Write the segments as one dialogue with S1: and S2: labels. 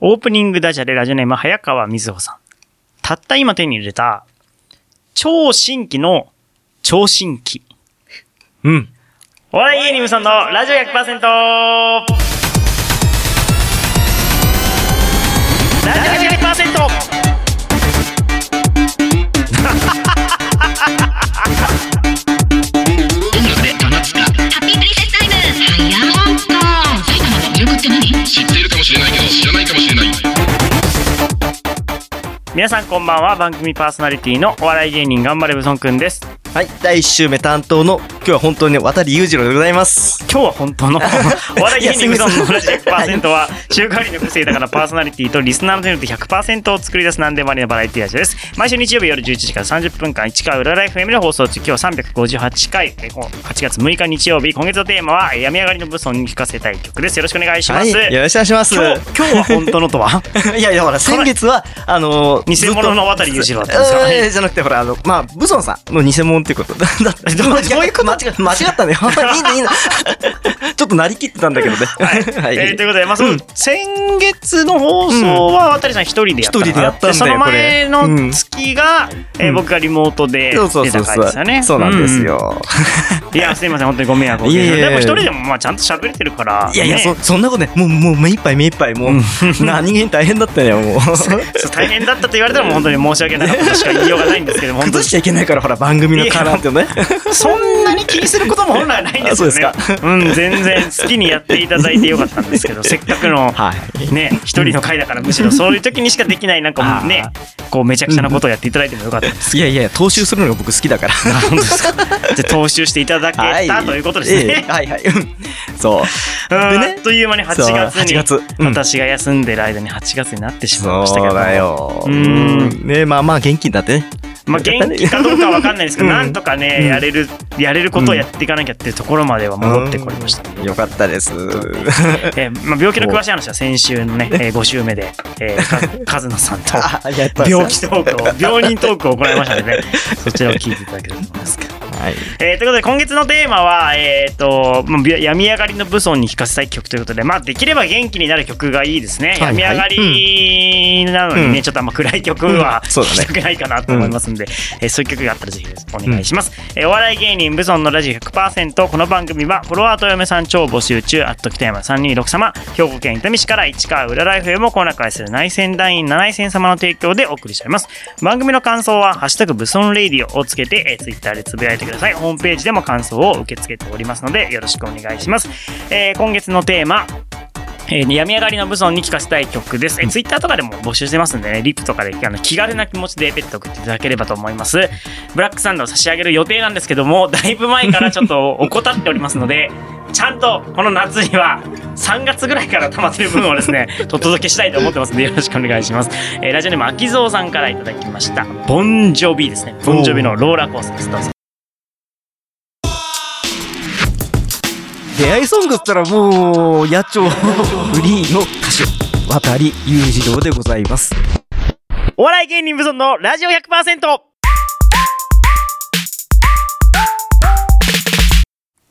S1: オープニングダジャレラジオネーム早川瑞穂さん。たった今手に入れた、超新規の超新規。うん。お笑い芸人無さんのラジオ 100%! ラジオ 100%!
S2: ハッピープリンセスタイムダイヤモンド埼玉の魅力って何
S3: 知っているかもしれないけど知らないかもしれない
S1: 皆さんこんばんは。番組パーソナリティのお笑い芸人頑張れブソンくんです。
S4: はい、第1週目担当の、今日は本当に渡り裕次郎でございます。
S1: 今日は本 当のお笑い芸人無さんのラジオ
S4: いやすいません
S1: 100%は週替わりの個性だからパーソナリティとリスナーの手によって100%を作り出す何でもありのバラエティラジオです毎週日曜日夜11時から30分間1回裏ライフ FM で放送中今日358回えーこう8月6日日曜日今月のテーマはえー病み上がりの武装に聞かせたい曲ですよろしくお願いします、
S4: はい、よろしくお願いします。
S1: 今日今日は本当のとは
S4: いやいや、ほら、先月は、あのー、
S1: 偽物の渡り裕次郎だったんですからね
S4: え ーじゃなくて、ほら、あの、まあ、ブソンさんの偽物っていうこと。だ だ
S1: どうどういうこと
S4: 間違間違ったね。 いいね、いい ね。ちょっとなりきってたんだけどね。
S1: はい、えーということで、まあ、その
S4: うん
S1: 先月の放送は渡さん一人でやったのかな
S4: 一人でやったんだよ
S1: その
S4: こ
S1: 前
S4: れ
S1: の月が、えー僕がリモートで
S4: そうそう
S1: 出
S4: そ
S1: た回で
S4: うそう
S1: すよね。
S4: そうなんですよ。
S1: うん。いや、すいません、本当にご迷惑をおかけして
S4: いえいえいえ
S1: でも一人でも、まあ、ちゃんと喋れてるから。
S4: いやいや、
S1: ね
S4: そそんなことね、もう、もう、目いっぱい目いっぱい、もう、何気に大変だったよ、も う。
S1: そう大変だったと言われたらもう本当に申し訳なかったとしか言いようがないんですけども本当
S4: 崩
S1: に
S4: しちゃいけないから、ほら、番組のカラーってね。
S1: そんなに気にすることも本来はないんですよね
S4: あそうです
S1: うん全然好きにやっていただいてよかったんです けどせっかくの、
S4: はい。
S1: ね、一人の回だからむしろそういう時にしかできないなんかもうねこうめちゃくちゃなことをやっていただいてもよか ったんです
S4: いやいや、踏襲するのが僕好きだから。
S1: 本当ですかじゃあ踏襲していただけた、ということです
S4: ええ
S1: ね。
S4: はいはい。うんそう。
S1: うん
S4: で
S1: あ
S4: ね
S1: っという間に8
S4: そう
S1: 月に
S4: 8月うん
S1: 私が休んでる間に8月になってしまいましたけ
S4: そう
S1: ども
S4: だよ。
S1: う
S4: うんん。ねまあまあ元気になってね。
S1: まあ、元気かどうかは分かんないですけど、
S4: うん
S1: なんとかね、やれるやれることをやっていかなきゃっていうところまでは戻ってこれました、
S4: よかっ たです。
S1: えーまあ、病気の詳しい話は先週のね、えー5週目で、え ー、かカズノさんと
S4: あやった
S1: 病気トークを病人トークを行いましたので、ね、そちらを聞いていただけると思いますけど。
S4: はい。
S1: えーということで今月のテーマは、えー、とまあび病み上がりの武装に弾かせたい曲ということで、まあ、できれば元気になる曲がいいですね、
S4: いは
S1: 病
S4: い
S1: み上がりなのにね、
S4: うん
S1: ちょっとあんま暗い曲は
S4: うんそうだね
S1: 聴きたくないかなと思いますんで、えーそういう曲があったらぜひお願いします、えーお笑い芸人武装のラジオ100%この番組はフォロワーとお嫁さん超募集中あっと北山326様兵庫県伊丹市から市川裏ライフへもコーナー開する内戦団員七井戦様の提供でお送りしております番組の感想は「ハッシュタグ武装レイディオ」をつけて、えー、ツイッターでつぶやいてくださいホームページでも感想を受け付けておりますのでよろしくお願いします、えー今月のテーマえー、病み上がりの武装に聴かせたい曲です。えー、ツイッターとかでも募集してますんでね、リップとかであの気軽な気持ちでペット送っていただければと思います。ブラックサンダーを差し上げる予定なんですけども、 だいぶ前からちょっと怠っておりますので、ちゃんとこの夏には3月ぐらいから溜まってる分をです ね、お届けしたいと思ってますんでよろしくお願いします。えー、ラジオネーム秋蔵さんからいただきました。ボンジョビですね。ボンジョビのローラーコースターです。どうぞ。
S4: 出会いソングっつったらもう、野鳥フリーの歌手、渡り裕次郎でございます。
S1: お笑い芸人無存のラジオ 100%!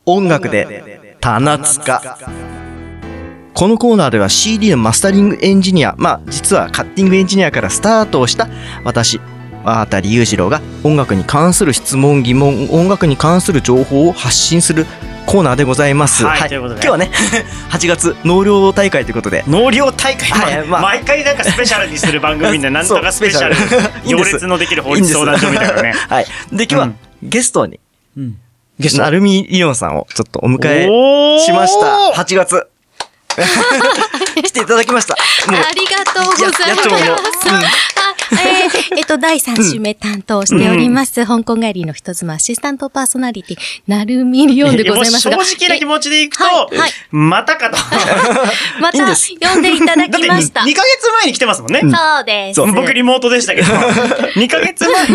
S4: 音楽で棚塚このコーナーでは CD のマスタリングエンジニアまあ実はカッティングエンジニアからスタートをした私渡り裕次郎が音楽に関する質問疑問音楽に関する情報を発信するコーナーでございます、
S1: はいということで
S4: 今日はね 8月納涼大会ということで
S1: 納涼大会、
S4: はいまあ
S1: 毎回なんかスペシャルにする番 組でなんとかスペシャル
S4: そうスペ シャルいい
S1: 行
S4: んです
S1: 列のできる法
S4: いいん
S1: 律
S4: です
S1: 相談所みたいなね
S4: はいで今日
S1: う
S4: は
S1: ん
S4: ゲストに、
S1: ゲスト
S4: なるみりおんさんをちょっとお迎え
S1: おー
S4: しました8月 来ていただきましたもう
S2: ありがとうございます。
S4: ややっちゃおうよ
S2: あえーえっと、第3週目担当しております、香港帰りの人妻アシスタントパーソナリティ、なるみりおんでございます
S1: いやも
S2: が。
S1: う正直な気持ちでいくと、
S2: はいはい
S1: またかとだ
S2: えま
S4: いいん
S2: た、
S4: です
S2: 呼んでいただ
S1: っ
S2: き
S1: て
S2: ました。
S1: 2ヶ月前に来てますもんね、
S2: そうです。
S4: そう
S1: 僕リモートでしたけど2ヶ月前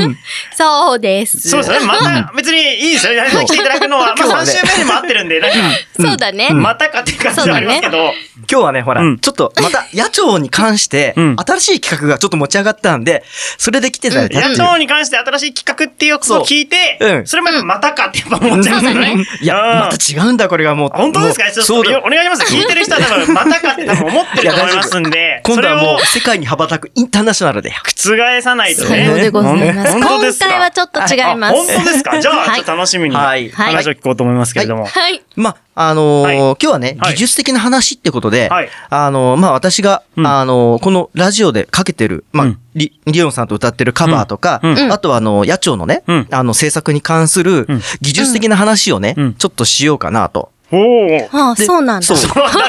S2: そうです。
S1: そうですねまた別にいいですよね来ていただくのは、ま
S4: そう
S1: あ、3週目にも合ってるんでなんか
S2: そうだね。
S1: またかっていう感じはありますけど、
S4: 今日はね、ほら、
S1: うん
S4: ちょっとまた野鳥に関して、
S1: うん
S4: 新しい企画がちょっと持ち上がったんで、それで来ていただいたって
S1: 野
S4: いう。
S1: 鳥に関して新しい企画っていうことを聞いて、
S4: そう
S1: そ,、
S4: うん
S1: れまでまたかってやっぱ思っちゃうんですよね。
S4: い
S1: う
S4: や、
S1: ん
S4: また違うんだ、これがもう。
S1: 本当ですか
S4: も
S1: ちょっと
S4: そうだ
S1: よお願いします。聞いてる人は多分、またかって多分思ってると思いますんで、
S4: 今
S1: そ
S4: 度
S1: れ
S4: はも
S1: を
S4: う世界に羽ばたくインターナショナルだよ。
S1: 覆さないと
S2: そう
S1: ね。
S2: でございます。
S1: 本当
S2: 今
S1: ですか
S2: 回はちょっと違いま
S1: あ本
S2: す。
S1: 当ですかじゃあ、
S2: は
S1: ち
S2: い
S1: ょっと楽しみに
S4: はい
S2: はい
S1: 話を聞こうと思いますけれども。
S2: はい。
S4: まあ、あのー
S1: はい
S4: 今日はね、
S1: はい
S4: 技術的な話ってことで、
S1: はい
S4: あのーまあ、私が、
S1: うん
S4: あのーこのラジオでかけてる、まあ、
S1: うん
S4: リ、リオンさんと歌ってるカバーとか、
S1: うん
S2: うん
S4: あとは、あのー、野鳥のね、
S1: うん
S4: あの、制作に関する
S1: うん
S4: 技術的な話をね、
S1: うん
S4: ちょっとしようかなと。
S1: おお。
S2: ああ、
S4: で
S2: そうなんだ。
S4: そう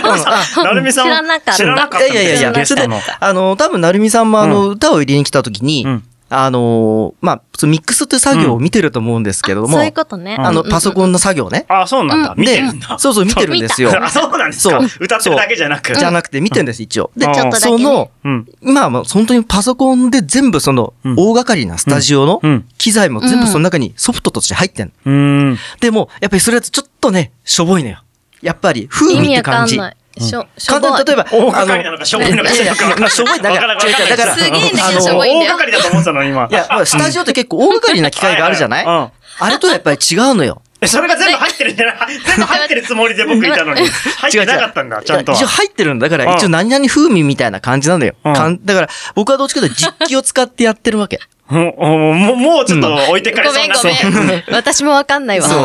S1: なるみさんも
S2: 知らなかった
S1: 知らなかっ
S4: い
S1: た
S4: や
S1: ん
S4: い
S1: です
S4: やいやいや、
S1: ゲス
S4: それ
S1: ト
S4: で
S1: の。、
S4: あのー、多分、なるみさんも、あの、歌を入れに来た時に、
S1: うん
S4: あのーまあ、そのミックスという作業を見てると思うんですけれども、
S2: あそういうことね。
S4: あの、パソコ
S2: ン。
S4: ンの作業ね。
S1: あ、そうなんだ。見て
S4: で
S1: るんだ、。
S4: そうそう、見てるんですよ。
S1: あ、そうなんですか
S4: そう。
S1: 歌ってるだけじゃなく。
S4: じゃなくて見てるんです、一応。で
S1: うんちょっと
S2: だけね
S4: その、
S1: うん。
S4: 今はもう本当にパソコンで全部その
S1: うん、
S4: 大掛かりなスタジオの
S1: うん
S4: 機材も全部その中にソフトとして入ってんの。
S1: うん。
S4: でも、やっぱりそれだとちょっとね、しょぼいのよ。やっぱり、風
S2: 意
S4: 味っ
S2: 味
S4: て
S2: わか
S4: 感
S2: ん
S4: じ。
S2: ない。しょ、しょ
S4: 簡
S2: ぼ
S4: 単に、例えば、
S1: 大掛かりなのかしょぼいのか
S4: あいやいやまあしょぼいだから、
S1: わからん
S4: 違う違うだから、
S2: すげえんだ
S4: あ
S2: けど
S4: の
S2: しょぼい
S1: 大掛かりだと思ってたの、今。
S4: いや、まあスタジオって結構大掛かりな機械があるじゃない
S1: はいはいうん
S4: あれとはやっぱり違うのよ。
S1: えそれが全部入ってるんじゃない 全部入ってるつもりで僕いたのに。入っ
S4: 違う違
S1: て
S4: う
S1: なかったんだ、ちゃんと
S4: い
S1: は。
S4: や一応入ってるんだ。だか
S1: うん
S4: ら、一応何々風味みたいな感じなんだよ。
S1: うん
S4: かんだから、僕はどっちかというと実機を使ってやってるわけ。
S1: もう、もうもうちょっと置いてかれ
S2: ご
S1: そう
S2: めん
S1: な。
S2: ごめん。私もわかんないわ。
S4: そ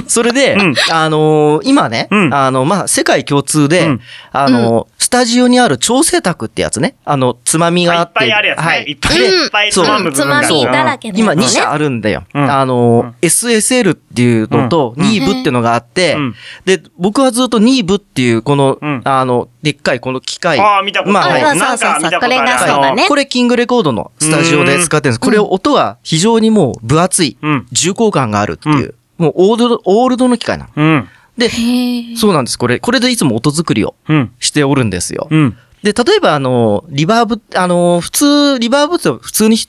S4: う。それで、
S1: うん
S4: あのー今ね、
S1: うん
S4: あの、まあ、世界共通で、
S1: うん
S4: あのースタジオにある調整卓ってやつね。あの、つまみ
S1: あ
S4: があ
S1: いっ
S4: って。
S1: ぱいあるやつね。、
S4: はい
S1: っぱい
S2: うん
S1: いっぱいつまむ部分が。
S2: つまみだらけの
S4: 今
S2: やつね
S4: 2社あるんだよ。
S1: うん
S4: あ
S1: う
S4: のー
S1: ん
S4: SSL っていうのと、
S1: うん
S4: ニーブっていうのがあって、
S1: うん
S4: で、僕はずっとニーブっていう、この、
S1: うん
S4: あの、でっかいこの機械。
S1: ああ、見たこと
S4: まあ
S1: あ
S4: は
S1: る。
S4: い
S2: うん
S1: なんか見たことある。
S2: そうそうそうこれがそうだね
S4: はいこれキングレコードのスタジオで使ってるんです。これ音は非常にもう分厚い、
S1: うん
S4: 重厚感があるっていう、もうオールド、オールドの機械なの。
S1: あのうん。
S4: で、
S2: へえ。
S4: そうなんです。これ、これでいつも音作りを
S1: うん。
S4: しておるんですよ。
S1: うん。
S4: で、例えばあの、リバーブ、あの、普通、リバーブって普通にひ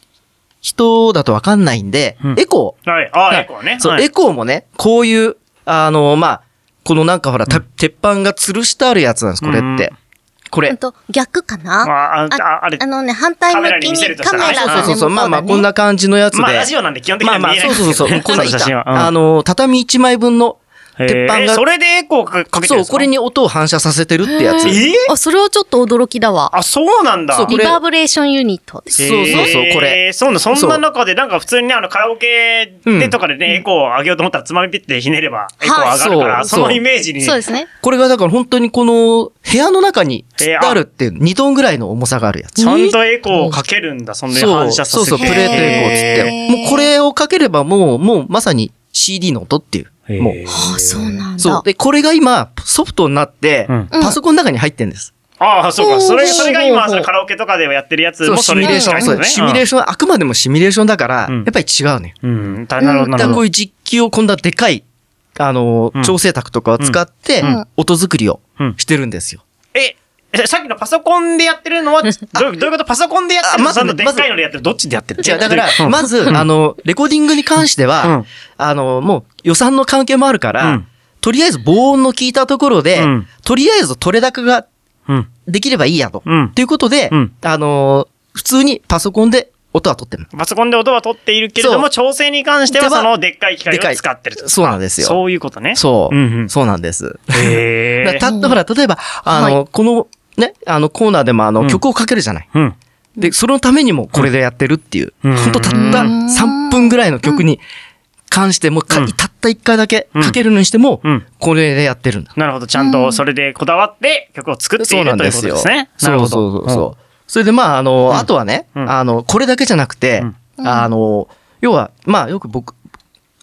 S4: 人だとわかんないんで、
S1: うん
S4: エコ
S1: はい。
S4: ー。は
S1: あ
S4: い
S1: エコーね。
S4: そう、
S1: はい
S4: エコーもね、こういう、あの、まあ、このなんかほら、た鉄板が吊るしてあるやつなんです、これ
S1: う
S4: っ
S1: ん
S4: て。こ
S2: ほん
S4: れ。
S2: と、逆か
S1: あ
S2: な
S1: あ、ああれ
S2: あ。のね、反対向き
S1: カメ
S2: にカメ
S1: ラに見せるとした
S2: ラ
S1: ら
S4: そう
S2: が
S4: そうそう。まあまあ、こんな感じのやつで。
S1: まあ、ラジオなんで基本的には
S4: まあ
S1: 見
S4: まあ、
S1: えない
S4: そ
S1: ん
S4: う
S1: ですけ
S4: そう
S1: ど
S4: そ う。
S1: ね
S4: こんな
S1: の
S4: 板
S1: 写真は。うん
S4: あ、の、畳1枚分の
S1: へー
S4: 鉄板が
S1: そ、れでエコーかかけて
S4: そ
S1: るん
S4: う、
S1: ですか
S4: これに音を反射させてるってやつ。
S1: えー
S2: あ、それはちょっと驚きだわ。
S1: あ、そうなんだ。
S4: そう
S2: リ
S4: これ
S2: バーブレーションユニットです。
S4: そうそうそうこれ
S1: えーそうな、そん
S4: そ
S1: な
S4: う
S1: 中で、なんか普通にねあの、カラオケでとかでね、エコーを上げようと思ったら、つまみピッてひねれば、エコー上がるから、
S4: はい
S1: そ
S4: そう
S1: のイメージに。
S2: そうですね。
S4: これがだから本当にこの部屋の中に釣ってあるっていう2トンぐらいの重さがあるやつ。
S1: ちゃんとエコーをかけるんだ、そんなに
S4: そ
S1: 反
S4: う
S1: 射させて。
S4: そうそう、プレートエ
S2: へ
S4: コーっつっ
S2: ー
S4: て。もうこれをかければもう、もうまさに CD の音っていう。もう。
S2: あ、そうなん
S4: そう
S2: だ。。
S4: で、これが今ソフトになって
S1: うん、
S4: パソコンの中に入ってるんです。
S1: ああ、そうか。それ、
S4: おー
S1: それが今、
S4: おー
S1: そのカラオケとかでやってるやつ
S4: そう、
S1: も
S4: シ
S1: そ
S4: ミ
S1: れ
S4: ュレーション。
S1: です
S4: そう、
S1: ね
S4: シミュレーション、あくまでもシミュレーションだから、
S1: うん
S4: やっぱり違うね。
S1: うん。うん。なるほど、なる
S4: だから
S1: ほ
S4: こう
S1: ど。
S4: いう実機を、こんなでかい、あの
S1: うん、
S4: 調整卓とかを使って
S2: うん、
S4: 音作りをしてるんですよ。
S1: え、えさっきのパソコンでやってるのは、どういうどういうことパソコンでやってる
S4: あ
S1: の
S4: まず
S1: そのでっかいのでやってるどっちでやってる
S4: 違う、だか
S1: う
S4: ら、
S1: ん
S4: まず、あの、レコーディングに関して
S1: うん
S4: は、あの、もう予算の関係もあるか
S1: う
S4: ら
S1: ん、
S4: とりあえず防音の効いたところで
S1: うん、
S4: とりあえず取れ高が
S1: うん。
S4: できればいいやと
S1: うん。
S4: ということで
S1: うん、
S4: あの、普通にパソコンで音は取ってるの。
S1: パソコンで音は取っているけれども、調整に関しては、
S4: では
S1: そのでっかい機械
S4: でか
S1: を
S4: い
S1: 使ってると。
S4: そうなんですよ。
S1: そういうことね。
S4: そ
S1: うんうん
S4: う。そうなんです。
S1: う。へ
S4: だ
S1: え。
S4: からた、ほら、例えば、あ
S2: は
S4: の、この、ね、あの、コーナーでもあ
S1: うん
S4: の、曲をかけるじゃない。
S1: うん。
S4: で、そのためにもこれでやってるっていう、
S1: う
S4: ほ
S1: ん
S4: んとたった
S2: うん
S4: 3分ぐらいの曲に関しても、か
S1: うん
S4: たった1回だけかけるのにしても
S1: うん、
S4: これでやってるんだ。
S1: なるほど。ちゃんと、それでこだわって曲を作って
S4: そ
S1: いうる
S4: なん
S1: という
S4: で
S1: こと
S4: す
S1: で
S4: よ。
S1: すね。
S4: そ
S1: なるほ
S4: う
S1: ど
S4: そうそうそう。それで、まあ、あの、あとはね、
S1: うん
S4: あの、これだけじゃなくて、あの、要は、まあ、よく僕、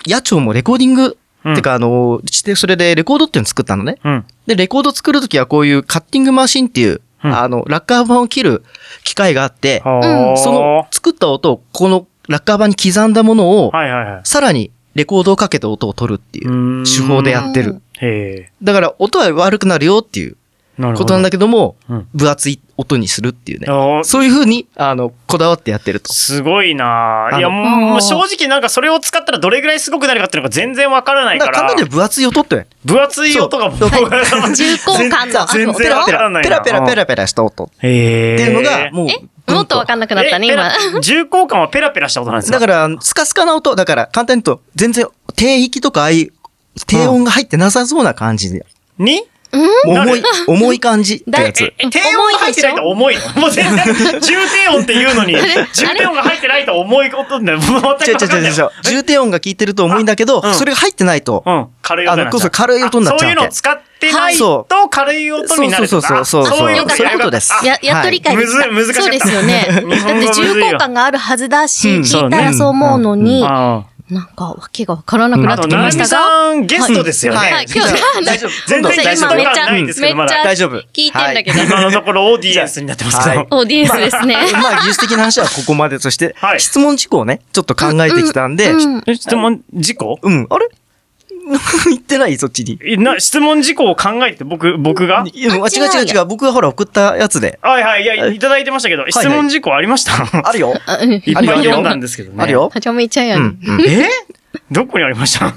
S4: 野鳥もレコーディング、
S1: うん
S4: てか、あの、して、それでレコードっていうの作ったのね。
S1: うん。うん。
S4: で、レコード作るときはこういうカッティングマシンっていう、
S1: うん
S4: あの、ラッカー板を切る機械があって、
S1: はあ
S4: その、作った音を、このラッカー板に刻んだものを、
S1: はいはいはい。
S4: さらにレコードをかけて音を取るっていう
S1: ーん
S4: う手法でやってる。
S1: へ
S4: だから音は悪くなるよっていう
S1: え。なる
S4: こ
S1: ほ
S4: と
S1: ど。
S4: なんだけども
S1: うん、
S4: 分厚い音にするっていうね。
S1: あー
S4: そういう風に、あの、こだわってやってると。
S1: すごいなあいや、
S4: あの
S1: も
S2: あ
S1: う
S2: ー
S1: 正直なんかそれを使ったらどれぐらいすごくなるかっていうのが全然わからない
S4: だ
S1: か
S4: からら、かなり分厚い音って。
S1: 分厚い音が僕は
S2: 重厚感のある
S1: 全
S2: 音
S1: 然わからない
S4: ペ
S1: な
S4: ラペラペラペラした音っ
S1: へえ。
S4: ていうのが、もう、
S2: もうもっとわかんなくなったね、
S1: えペ
S2: 今
S1: ラ。 重厚感はペラペラしたことなんですか
S4: だから、スカスカな音、だから、簡単に言うと、全然、低域とかああいう、低音が入ってなさそうな感じで、
S1: に
S4: 重い、重い感じってやつ。
S1: え低音が入ってないと重いのもう全然、 重低音っていうのに、重低音が入ってないと重いことになる。もう
S4: 違
S1: 全
S4: う
S1: く分
S4: 違
S1: か
S4: うん違
S1: な
S4: う
S1: い
S4: 違う。重低音が効いてると重いんだけど、
S1: うん
S4: それが入ってないと、
S1: うん、軽い音になっちゃう
S4: あのこそ軽い音になっちゃ
S1: あそう
S4: うわけ
S1: いうのを使ってないと軽い音になるとか
S4: はいそうそうそうそう
S1: あい
S2: そうそういうこと
S4: です
S1: あ
S2: や、やっと理解できた。
S1: むず難しかった
S2: そうですよね。だっ て
S1: 日本語むずいよ
S2: 重厚感があるはずだし、
S1: うん
S2: 聞いたらそう思うのに、なん
S1: あ
S2: かわけがわからなくな
S1: あ
S2: って
S1: と、
S2: き
S1: な
S2: ま
S1: な
S2: し
S1: み
S2: たが。
S1: さん、ゲストですよね。
S4: はい
S2: はい、今日、
S4: 大丈夫
S1: 全然大丈
S2: 今
S1: 夫
S2: めっ
S1: 感
S2: ちゃ、
S1: ないん
S2: め
S1: で
S2: っ
S1: すけど、ま
S2: ち
S1: だ。
S2: ゃ
S4: 大丈夫
S2: 聞いてんだけど、
S1: 今のところオーディエンスになってますけ
S4: は
S1: ど
S4: い。
S2: オーディエンスですね。
S4: まあ、技術的な話はここまでとして、
S1: はい
S4: 質問事項をね、ちょっと考えてきたんで、うん、
S2: うん
S1: え質問事項
S4: あれ 言ってないそっちに。
S1: えな質問事項を考えて、僕、僕が
S4: いや、違う
S2: あ違
S4: 違
S2: う
S4: う違う。僕がほら送ったやつで。
S1: はいはい、いや、いただいてましたけど、質問事項ありました
S4: あるよ。
S2: あうん
S1: いっぱい
S4: あるよ
S1: 読んだんですけどね。
S4: あるよ。
S2: はちゃめちゃや。
S4: うんん。うん
S1: えどこにありました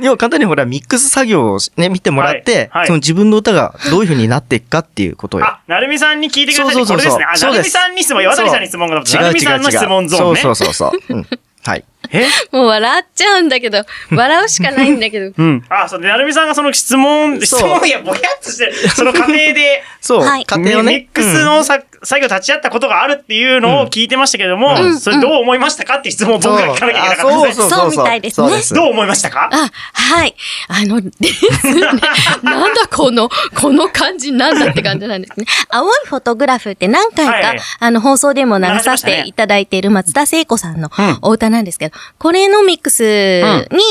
S4: 要は簡単にほら、ミックス作業をね、見てもらって、
S1: はいはい
S4: その自分の歌がどういう風になっていくかっていうことよ。
S1: あ、なるみさんに聞いてくださいって
S4: そう
S1: こ
S4: そ
S1: れで
S4: うそう
S1: すね。あ、
S4: そ
S1: な
S4: う
S1: る
S4: で
S1: み
S4: す
S1: さんに質問が、渡さんに質問が、
S4: 違う
S1: なるみさんの質問ゾーン
S4: そう
S1: ね。
S4: そうそうそう。うん。はい。
S1: え
S2: もう笑っちゃうんだけど、笑うしかないんだけど。
S1: うん。あ、そう、でなるみさんがその質問、質
S4: そう
S1: 問やぼやっとしてる、その過程 で、
S4: そう。
S2: はい
S4: 家庭を
S1: ミ
S4: ね。
S1: ミックスのさ作業立ち会ったことがあるっていうのを聞いてましたけども、
S2: ん
S1: それどう思いましたかっていう質問を僕が聞かなきゃいけなかったん
S4: そう
S1: ですね。
S4: そうそう
S2: そうみたいですね
S4: そうです
S1: どう思いましたか
S2: あ、はい。あの、ですね。 なんだこの、この感じなんだって感じなんですね。青いフォトグラフって何回か、
S1: はい
S2: あの、放送でも流させていただいている松田聖子さんのお歌なんですけど、これのミックス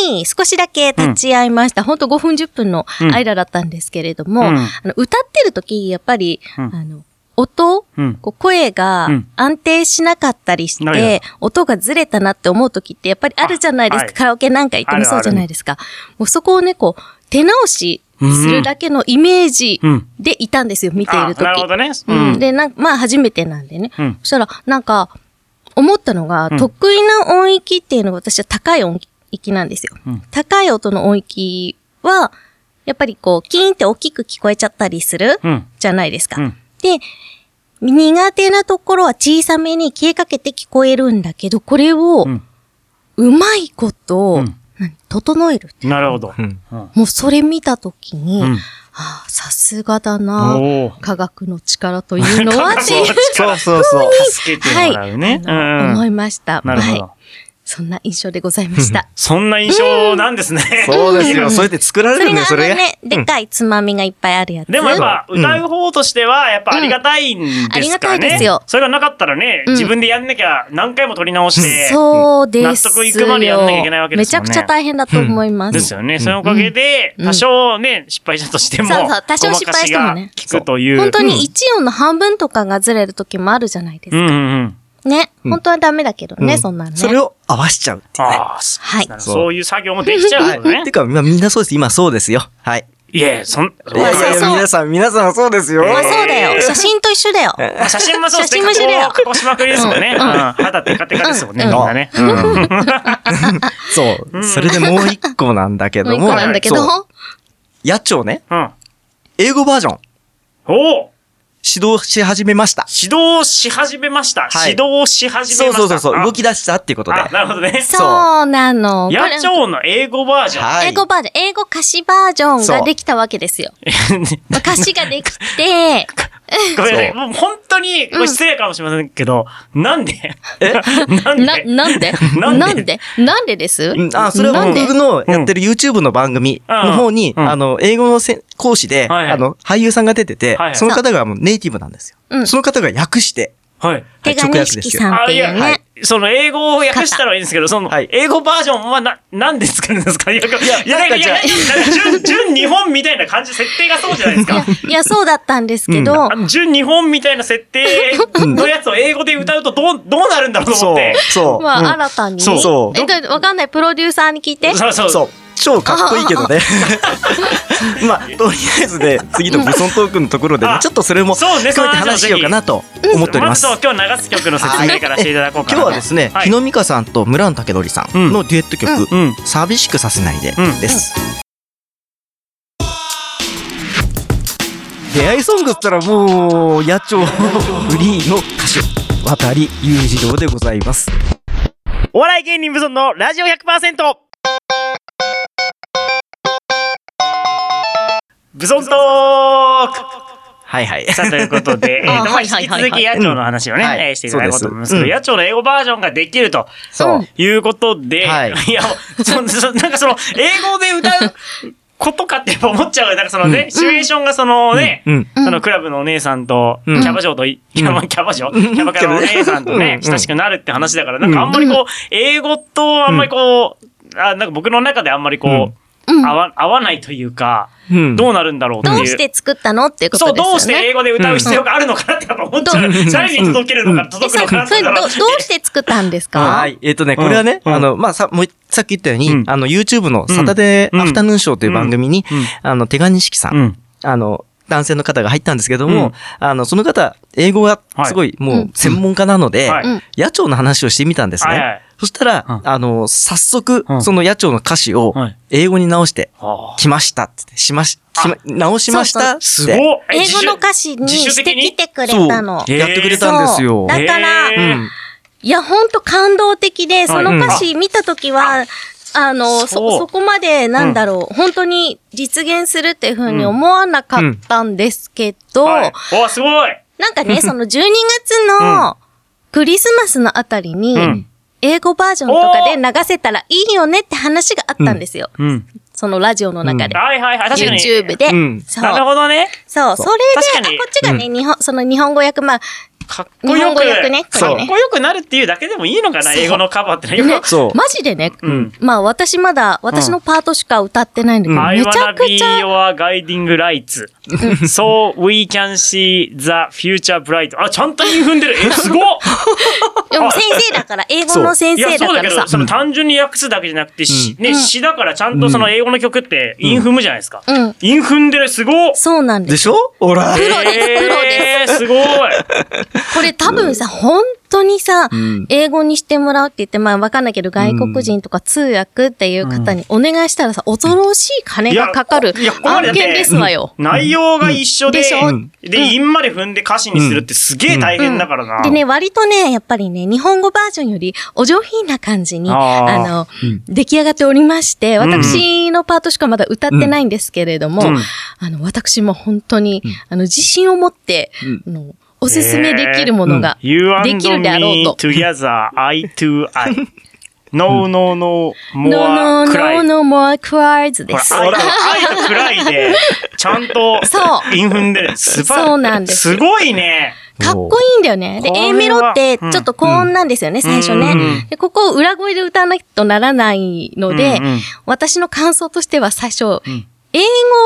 S2: に少しだけ立ち会いました。ほんと5分10分の間だったんですけれども、
S1: うん
S2: あの歌ってる時、やっぱり、
S1: うん
S2: あの、音、
S1: うん
S2: こう声が
S1: うん
S2: 安定しなかったりし
S1: なるほ
S2: て、音がずれたなって思う時ってやっぱりあるじゃないで
S1: あ
S2: すか。
S1: はい
S2: カラオケなんか行ってもそうじゃないですか。もうそこをね、こう、手直しするだけのイメージ
S1: うん
S2: でいたんですよ、見ている
S1: あなるほ
S2: 時。
S1: どね。う
S2: うん、
S1: ん。
S2: で、なんまあ初めてなんでね。
S1: うん
S2: そしたら、なんか、思ったのが、
S1: ん
S2: 得意な音域っていうのが私は高い音域なんですよ。
S1: うん
S2: 高い音の音域は、やっぱりこう、キーンって大きく聞こえちゃったりする、
S1: うん。
S2: じゃないですか。
S1: うん
S2: で、苦手なところは小さめに消えかけて聞こえるんだけど、これを、
S1: うん
S2: うまいこと、
S1: うん
S2: 何整える。
S1: なるほど。
S4: うん
S1: うん
S2: もうそれ見たときに、
S1: うん
S2: ああ、さすがだな。
S1: おー
S2: 科学の力というのは
S1: 科
S2: っていう
S1: 学の力
S4: そうそうそう。
S1: 助けてもらうね。
S2: あの
S1: うん
S2: 思いました。
S1: なるほ
S2: はい
S1: ど。。
S2: そんな印象でございま した。
S1: そんな印象なんですね。
S4: そうですよ。そうやって作ら
S2: そ
S4: れる
S2: れ
S4: んだよ、
S2: があ
S4: そ
S2: の
S4: れが。
S2: ね、でっかいつまみがいっぱいあるやつ。
S1: でもやっぱ歌う方としてはやっぱありがたいんですかね。
S2: ありがたいですよ
S1: それがなかったらね、
S2: うん
S1: 自分でやんなきゃ何回も撮り直して。
S2: そうです
S1: 納
S2: よ。
S1: 得いくまでやんなきゃいけないわけで
S2: め
S1: す
S2: ち
S1: も
S2: ゃ
S1: ん
S2: く
S1: ね
S2: ちゃ大変だと思います。
S1: ですよね。そのおかげで、
S2: うん
S1: 多少ね、失敗したとしても、
S2: そうそう多少失敗してもね
S1: ごまかしが効くという。
S2: 本当に一音の半分とかがずれる時もあるじゃないです
S1: うん
S2: か。
S1: うんうん。
S2: ね。
S4: うん
S2: 本当はダメだけどね、
S4: うん
S2: そんなのね。
S4: それを合わしちゃうっていうね。
S1: ああ、そ
S2: はい。
S1: うそういう作業もできちゃうの
S4: はい。
S1: ね
S4: て。か、まあみんなそうです。今そうですよ。はい。
S1: いえ、そん、
S4: いやいやい
S2: そうそ
S4: や
S2: う
S4: 皆さん、皆さんそうですよ。
S2: まあそうだよ。写真と一緒だよ。
S1: まあ写真もそうですね。
S2: 写真も一緒だよ
S1: 加工加工しまくりですもんね。うん肌テカテカですもんね、
S2: うん
S1: みんなね。
S4: そう。それでもう一個なんだけ
S2: もう
S4: ど
S2: 一
S4: も。
S2: 個なんだけど。
S4: そう野鳥ね、
S1: うん。
S4: 英語バージョン、
S1: おお
S4: 指導し始めました。
S1: 指導し始めました。
S4: はい
S1: 指導し始め
S4: そう
S1: ました。
S4: そうそうそう、
S1: あ
S4: 動き出したっていうことで。
S1: あ、なるほどね。
S2: そうなの。これ
S1: 野鳥の英語バージョン。
S4: はい。
S2: 英語バージョン、英語歌詞バージョンができたわけですよ。まあ歌詞ができて、
S1: ごめんなさい。
S4: そ
S1: もう本当に、これ失礼かもしれませんけど、なんでなんで
S2: な、なんで
S1: なんで
S2: なんでなんでです
S4: うんあ、それ
S2: な
S4: は
S2: んで
S4: 僕のやってる YouTube の番組の方に、
S1: うんうん
S4: あの、英語のせ講師で、
S1: はいはい
S4: あの、俳優さんが出てて、
S1: はいはい
S4: その方がもうネイティブなんですよ。
S2: うん
S4: その方が訳して、
S1: はい。
S4: は
S2: 手
S4: い
S2: 紙式さんっ
S1: あ、
S2: て
S1: い
S2: いう
S1: や、はい
S2: ね。
S1: その英語を訳したらいいんですけど、その
S4: はい、
S1: 英語バージョンはな、なんで作るんですかいや、いや、いや、
S4: なんか
S1: い
S4: じゃ
S1: や
S4: あ
S1: なんか純、純日本みたいな感じ、設定がそうじゃないです
S2: いや
S1: か。、
S2: いやそうだったんですけど
S1: あ、の純日本みたいな設定のやつを英語で歌うとどう、どうなるんだろうと思
S4: そ
S1: っ
S4: う
S1: て。、
S4: そう、
S2: まあ
S4: うん
S2: 新たに。
S4: そうそう
S2: えだわかんない、プロデューサーに聞いて。
S1: そうそう。
S4: そう。超かっこいいけ どね。まあ、とりあえずね、次の武装トークのところでね、
S1: あ
S4: ちょっとそれも
S1: そうね
S4: 含めて話しようかなと思っております。
S1: ずそう今日流す曲の説明からしていただこうか
S4: 今
S1: なと。
S4: 日はですね、
S1: はい
S4: 日野美香さんと村野武則さんのデュエット曲、
S1: うんうん
S4: 寂しくさせないで
S1: うん
S4: です。出会いソングっつったらもう野鳥 のフリーの歌手渡り裕次郎でございます
S1: お笑い芸人無尊のラジオ100%無尊トーク
S4: はいはい
S1: さあ、ということで、えーと
S2: あ
S1: まあ
S2: はい
S1: 引
S2: はい
S1: き
S2: はい
S1: 続き野鳥の話をね、
S4: うんはい
S1: えーしていただこうと思いますけ
S4: そう
S1: ど、
S4: です
S1: 野鳥の英語バージョンができると
S4: そううん
S1: いうことで、
S4: はい
S1: い、や、そそなんかその、英語で歌うことかってやっぱ思っちゃうよ。なんかそのね、シチュエーションがそのね、
S4: うん
S2: うん
S1: そのクラブのお姉さんと、キ
S4: うん
S1: ャバ嬢とい、キャバ、キャバ嬢キャバクラのお姉さんと
S4: う
S1: ね
S4: ん、
S1: 親しくなるって話だから、なんかあんまりこう、英語とあんまりこう、あ、なんか僕の中であんまりこう、
S2: うん
S1: 合わ、合わないというか、
S4: うん
S1: どうなるんだろうっていう。
S2: どうして作ったのっていうこと
S1: そう、
S2: ですよね。
S1: どうして英語で歌う必要があるのかなってやっぱ思っちゃう。誰に届けるのか、
S2: え
S1: 届く
S2: そ
S1: のかな
S2: れ
S1: っ
S2: それ
S1: て
S2: ど
S1: な
S2: ど
S1: る
S2: うして作ったんですか
S4: はい。えっ、とね、これはね、
S1: うん
S4: あの、まあ、さ、もう、さっき言ったように、
S1: うん
S4: あの、YouTube のサタデ
S1: うん
S4: ーアフタヌーンショーという番組に、
S1: うんうん
S4: あの、手賀錦さん,、
S1: うん。
S4: あの、男性の方が入ったんですけども、
S1: うん
S4: あの、その方、英語がすごい、も
S2: う、
S4: うん専門家なので、
S1: はい
S2: うん
S4: 野鳥の話をしてみたんですね。
S1: はいはい
S4: そしたら、
S1: うん
S4: あの、早速、
S1: うん
S4: その野鳥の歌詞を
S1: はい、
S4: 英語に直して、
S1: はあ
S4: きましたっつって、しまし、きま直しましたって。
S1: すごいえ
S2: 英語の歌
S1: 詞
S2: 詞に
S1: 自主
S2: してきてくれ
S4: そう、
S2: たの。
S1: えー
S4: やってくれたんですよ。
S2: そうだから
S4: う
S1: えー
S4: ん。
S2: いや、ほんと感動的で、その歌詞見たときは、あの、
S1: そ、
S2: そうそこまで、なんだろう、本当に実現するっていうふうに思わなかったんですけど、
S1: はいお、すごい
S2: なんかね、その12月のクリスマスのあたりに、
S1: うん
S2: 英語バージョンとかで流せたらいいよねって話があったんですよ。
S1: うん。
S2: そのラジオの中で。
S1: はいはいはい、確かに。
S2: YouTube で。
S4: うん
S2: そう。
S1: なるほどね。
S2: そう。それ
S1: 確か
S2: で、
S1: に
S2: あ、こっちがね、日本、その日本語訳、まあ、
S1: かっこよ
S2: 日本
S1: く。
S2: 語訳ねこ
S1: か
S2: れ
S1: っ
S2: ね
S1: こよくなるっていうだけでもいいのかな、
S2: そう
S1: 英語のカバーってのはよく。
S4: そう。
S2: マジでね、
S1: うん
S2: まあ私まだ、私のパートしか歌ってないんだけど、
S1: I
S2: めちゃ
S1: wanna
S2: く
S1: be
S2: ちゃ、
S1: your guiding lights. So we can see the future bright. あ、ちゃんと韻踏んでる。え、すごっ
S2: でも先生だから、英語の先
S1: いや、
S2: 生だ
S1: そうだ
S2: か
S1: け
S2: ら
S1: ど、
S2: さ
S1: そ。の単純に訳すだけじゃなくて、しね、詩だからちゃんとその英語の曲って韻踏むじゃないですか。
S2: うん。
S1: 韻踏んでる、すごっ
S2: そうなんで。
S4: ですしょほら。
S2: プロですプロ
S1: え
S2: で
S1: ー、すごい。
S2: これ多分さ、本当にさ、英語にしてもらうって言って、まあわかんないけど、外国人とか通訳っていう方にお願いしたらさ、恐ろしい金がかかる
S1: いやいやここま
S2: 案
S1: でだって
S2: 件ですわよ。
S1: 内容が一緒で、
S2: でしょ
S1: うんで、韻まで踏んで歌詞にするってすげえ大変だからな。
S2: でね、割とね、やっぱりね、日本語バージョンよりお上品な感じに、
S1: あ
S2: あ
S1: ー
S2: の、出来上がっておりまして、
S1: ん
S2: 私のパートしかまだ歌ってないんですけれども、
S1: うん
S2: あの、私も本当に、あの、自信を持って、あのおすすめできるものが、
S1: You and
S2: できるであろう
S1: me
S2: と。
S1: together, eye to eye. No, no, no,
S2: No, no,
S1: more
S2: no,
S1: cry.
S2: no more cries で
S1: ほら、
S2: す。
S1: 愛と愛と暗いで、ちゃんと、
S2: そう
S1: 韻踏んでる。すば
S2: そうなんです
S1: すごいね。
S2: かっこいいんだよね。で
S1: こ、れは
S2: A メロってち
S1: うん
S2: ょっと高音なんですよね、最初ね、
S1: うん
S2: で。ここを裏声で歌わなきゃとならないので、
S1: うんうん
S2: 私の感想としては最初、英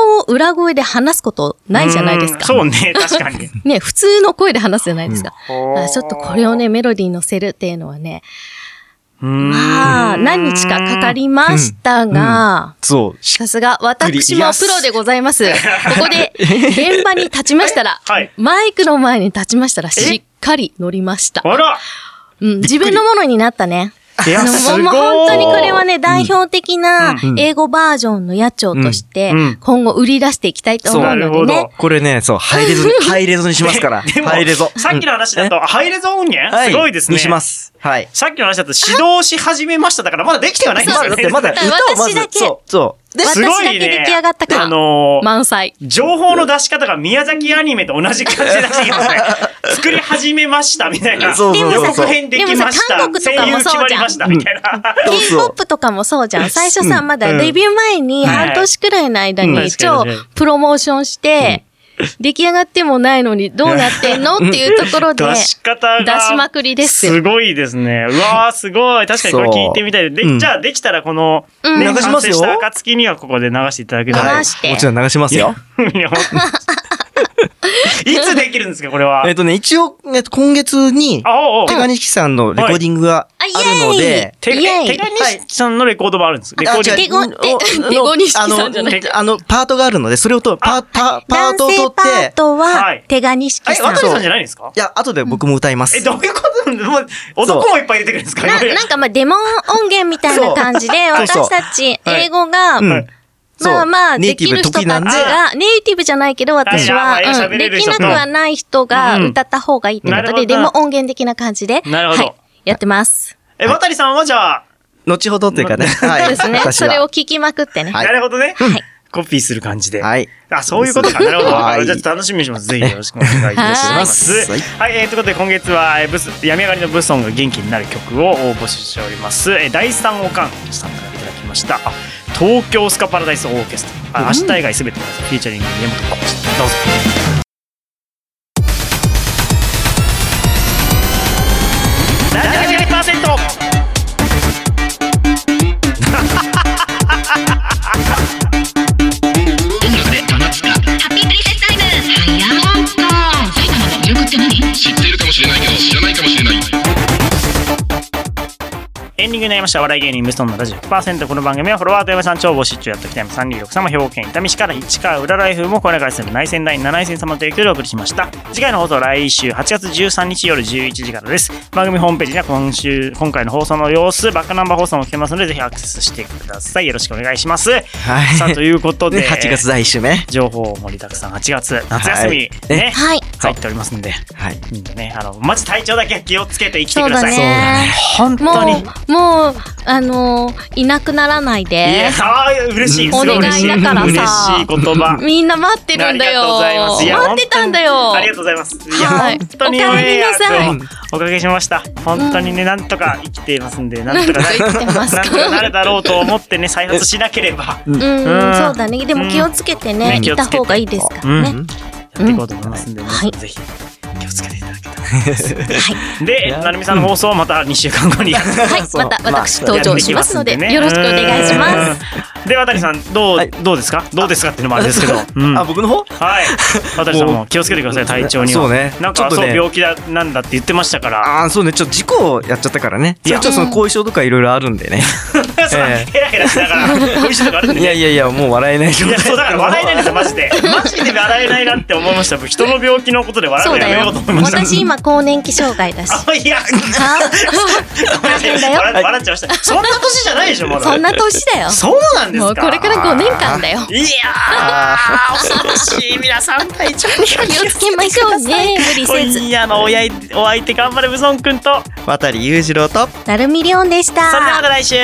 S2: 語を裏声で話すことないじゃないですか。
S1: うんそうね、確か に。
S2: ね、普通の声で話すじゃないですか。
S1: うん
S2: あちょっとこれをね、メロディーに乗せるっていうのはね、
S1: ま、
S2: まあ、何日かかかりましたが、
S4: そう。し
S2: さすが、私もプロでございます。ここで、現場に立ちましたら
S1: はい
S2: マイクの前に立ちましたら、しっかり乗りました。
S1: あら
S2: うん、自分のものになったね。
S1: いや
S2: あの
S1: すごい
S2: もう本当にこれはね、代表的な英語バージョンの野鳥として
S1: うんうん、
S2: 今後売り出していきたいと思う
S1: なる
S2: の
S1: ほど
S2: でね。
S4: これね、そう、ハ イレゾに、ハイレゾにしますから。
S1: でも
S4: ハイレゾ。
S1: さっきの話だと、ハイレゾ音源
S4: は
S1: すごいですね。
S4: にします。はい。
S1: さっきの話だと、指導し始めましただから、まだできてはないんです
S4: ま
S1: よ
S4: だ
S1: ね。
S4: だってまだ歌をまず
S2: 私だ、け
S4: そう、そう。
S2: 私
S1: す
S2: だ
S1: ごいね
S2: け出来上がった
S1: あ
S2: か、
S1: のー
S2: 満載。
S1: 情報の出し方が宮崎アニメと同じ感じら しいですね。作り始めましたみたいな。
S4: そうそうそう
S1: 予告編できました。
S2: でもさ韓国とかも
S1: 声優決まりましたみたいな。
S4: そうそう
S2: K-POP とかもそうじゃん。最初さ、まだデビュー前に
S1: はい
S2: 半年くらいの間
S1: うん
S2: に超プロモーションして、出来上がってもないのにどうなってんのっていうとこ ろで、
S1: 出し方が。
S2: 出しまくりですよ
S1: すごいですね。うわー、すごい。確かにこれ聞いてみたい。で、
S4: うん
S1: じゃあできたらこの、
S2: うん
S1: ね
S4: 流します
S1: 完成
S4: よ
S1: した暁にはここで流していただけたら。
S2: 流
S1: い
S2: して
S4: もちろん流しますよ。
S1: や本当にいつできるんですか、これは。
S4: えっとね、一応、えっと今月に、
S1: あ、おうおう。
S4: 手賀錦さんのレコーディングがあるので、
S1: 手
S2: イエイ
S1: 手賀西さんのレコードもあるんです。レコーディング
S2: あ違う手ご手手ご錦さんじゃな
S4: あ
S2: い
S4: の手あの、パートがあるので、それをと、パー、パー、パー
S2: 男
S4: トを取
S2: 性
S4: っ
S2: パー
S4: て、
S2: ト
S1: は
S2: はい手賀錦
S1: え、
S2: さん。
S1: 渡さんじゃないんですか
S4: いや、後で僕も歌います。
S1: え、どういうことなんだもう男もいっぱい出てくるんですか
S2: な
S1: これ
S2: なんかまあデモ音源みたいな感じで、
S4: そうそう
S2: 私たち英語が、
S4: うんそう
S2: まあまあ、
S4: ネ
S2: で
S4: イティ
S2: き
S4: ブ
S2: る人たち
S4: 時なんで
S2: が、ネイティブじゃないけど、私は、
S1: うん
S2: うん
S1: 喋れ
S2: で
S1: る
S2: き
S1: 人と
S2: なくはない人が
S1: うん
S2: 歌った方がいいってこ
S1: なる
S2: と
S1: ほ
S2: で、
S1: ど
S2: でも音源的な感じで、
S1: なるほど
S2: はい、やってます。
S1: え、渡りさんはじゃあ、
S4: 後ほどというかね。はい。
S2: そう ですね。
S4: 私
S2: そ
S4: は
S2: れを聞きまくってね。
S4: はい
S1: なるほどね。
S2: はい
S1: コピーする感じで。
S4: はい。
S1: あ、そういうことか。なるほど。
S4: はい
S1: じゃあちょっと楽しみにします。ぜひよろしくお願いいたします。
S4: はい
S1: はい、えーということで今月は、えーブス、病み上がりのブスソンが元気になる曲を募集しております。えー、第三おかんさんからいただきました。あ東京スカパラダイスオーケストラ。あ明日以外すべてのフィーチャリング宮本浩次どうぞ。72%
S5: 音楽で棚塚ハッピープリンセスタイムダイヤモンド埼玉の魅力って何
S3: 知っているかもしれないけど知らないかもしれない
S1: エンディングになりました。お笑い芸人ムストンのラジオ100%。この番組はフォロワーと嫁さん超募集中やったきたい326様、兵庫県伊丹市から市川浦ライフも声がする内戦第7戦様という曲でお送りしました。次回の放送は来週8月13日夜11時からです。番組ホームページには今週、今回の放送の様子、バックナンバー放送も聞けますので、ぜひアクセスしてください。よろしくお願いします。
S4: はい。
S1: さあ、ということで、
S4: ね8月第1週目。
S1: 情報盛りだくさん、8月、夏休み、
S4: はい
S1: ね、
S2: はい。
S1: 入っておりますんで、
S4: はい。
S1: みんなね、あの、マジ体調だけは気をつけて生きてく
S2: そう
S1: だ
S2: だ
S1: さい。
S2: ね。
S1: 本
S2: も
S1: 当に。
S2: う、もう、あのー、いなくならない
S1: いや
S2: で。
S1: あー嬉しい、す
S4: お
S1: ごい嬉しい。
S2: 願いだからさ
S1: 嬉しい言葉。
S2: みんな待ってるんだ
S1: ありが
S2: よ。
S1: とうございますいや
S2: 待ってたんだよ。
S1: ありがとうございます。いや、
S2: はい
S1: 本当に
S2: おかえりなさい
S1: ご迷惑をおかけしました。本当にね、なんとか生きていますんで、なんとかな
S2: なんとか生きてます
S1: なんとかなるだろうと思ってね、再発しなければ。
S2: うん、
S1: うん
S2: そうだね。でも気をつけてね、
S1: うん
S2: いた方がいいですから
S1: うん
S2: ね。
S1: やっていこうと思いますんで、
S2: うん
S1: 皆さん
S2: は
S1: ぜひ気をつけていただけたらと思います。で、なるみさんの放送をまた2週間後にやって
S2: はい、
S4: そう
S2: また私
S4: まあ
S2: 登場しますので、
S1: やっていき
S2: よろしくお願いし
S1: すんで
S2: ま
S1: ねうん。で、渡さん、どう、
S4: はい
S1: どうですかどうですかっていうのもあれですけど。うん
S4: あ、僕の方
S1: はい。私さんも気をつけてください、体調には。
S4: そうね
S1: なん
S4: ちょ
S1: か、
S4: っと
S1: そう、
S4: ね
S1: 病気だ、なんだって言ってましたから。
S4: ああ、そうね。ちょっと事故をやっちゃったからね。
S1: い
S4: そ
S1: や
S4: れちょっとその後遺症とかいろいろあるんでね。
S1: そう
S4: え
S1: ヘラヘラしながら、こういう人とかあるんで
S4: い
S1: ね
S4: や。いやいや、もう笑えない状
S1: い
S4: 態
S1: や、そうだから笑えないんですよ、マジで。マジで笑えないなって思いました。僕人の病気のことで笑
S2: す。
S1: うの
S2: そうだ
S1: やめようと
S2: よ
S1: 思い。ました。
S2: 私今更年期障害だし。
S1: あ、いや、
S2: あ大変だよ。
S1: 笑笑っちゃいました。そんな年じゃないでしょ、まだ。
S2: そんな年だよ。
S1: そうなんですか。
S2: もうこれから5年間だよ。
S1: いやー、恐ろしい。皆さん、体調には
S2: 気をつけましょうね。無理せず。
S1: 今夜のおやいお相手頑張れブソンくんと、
S4: 渡り裕次郎と。
S2: なるみりょんでした。
S1: それではまた来週。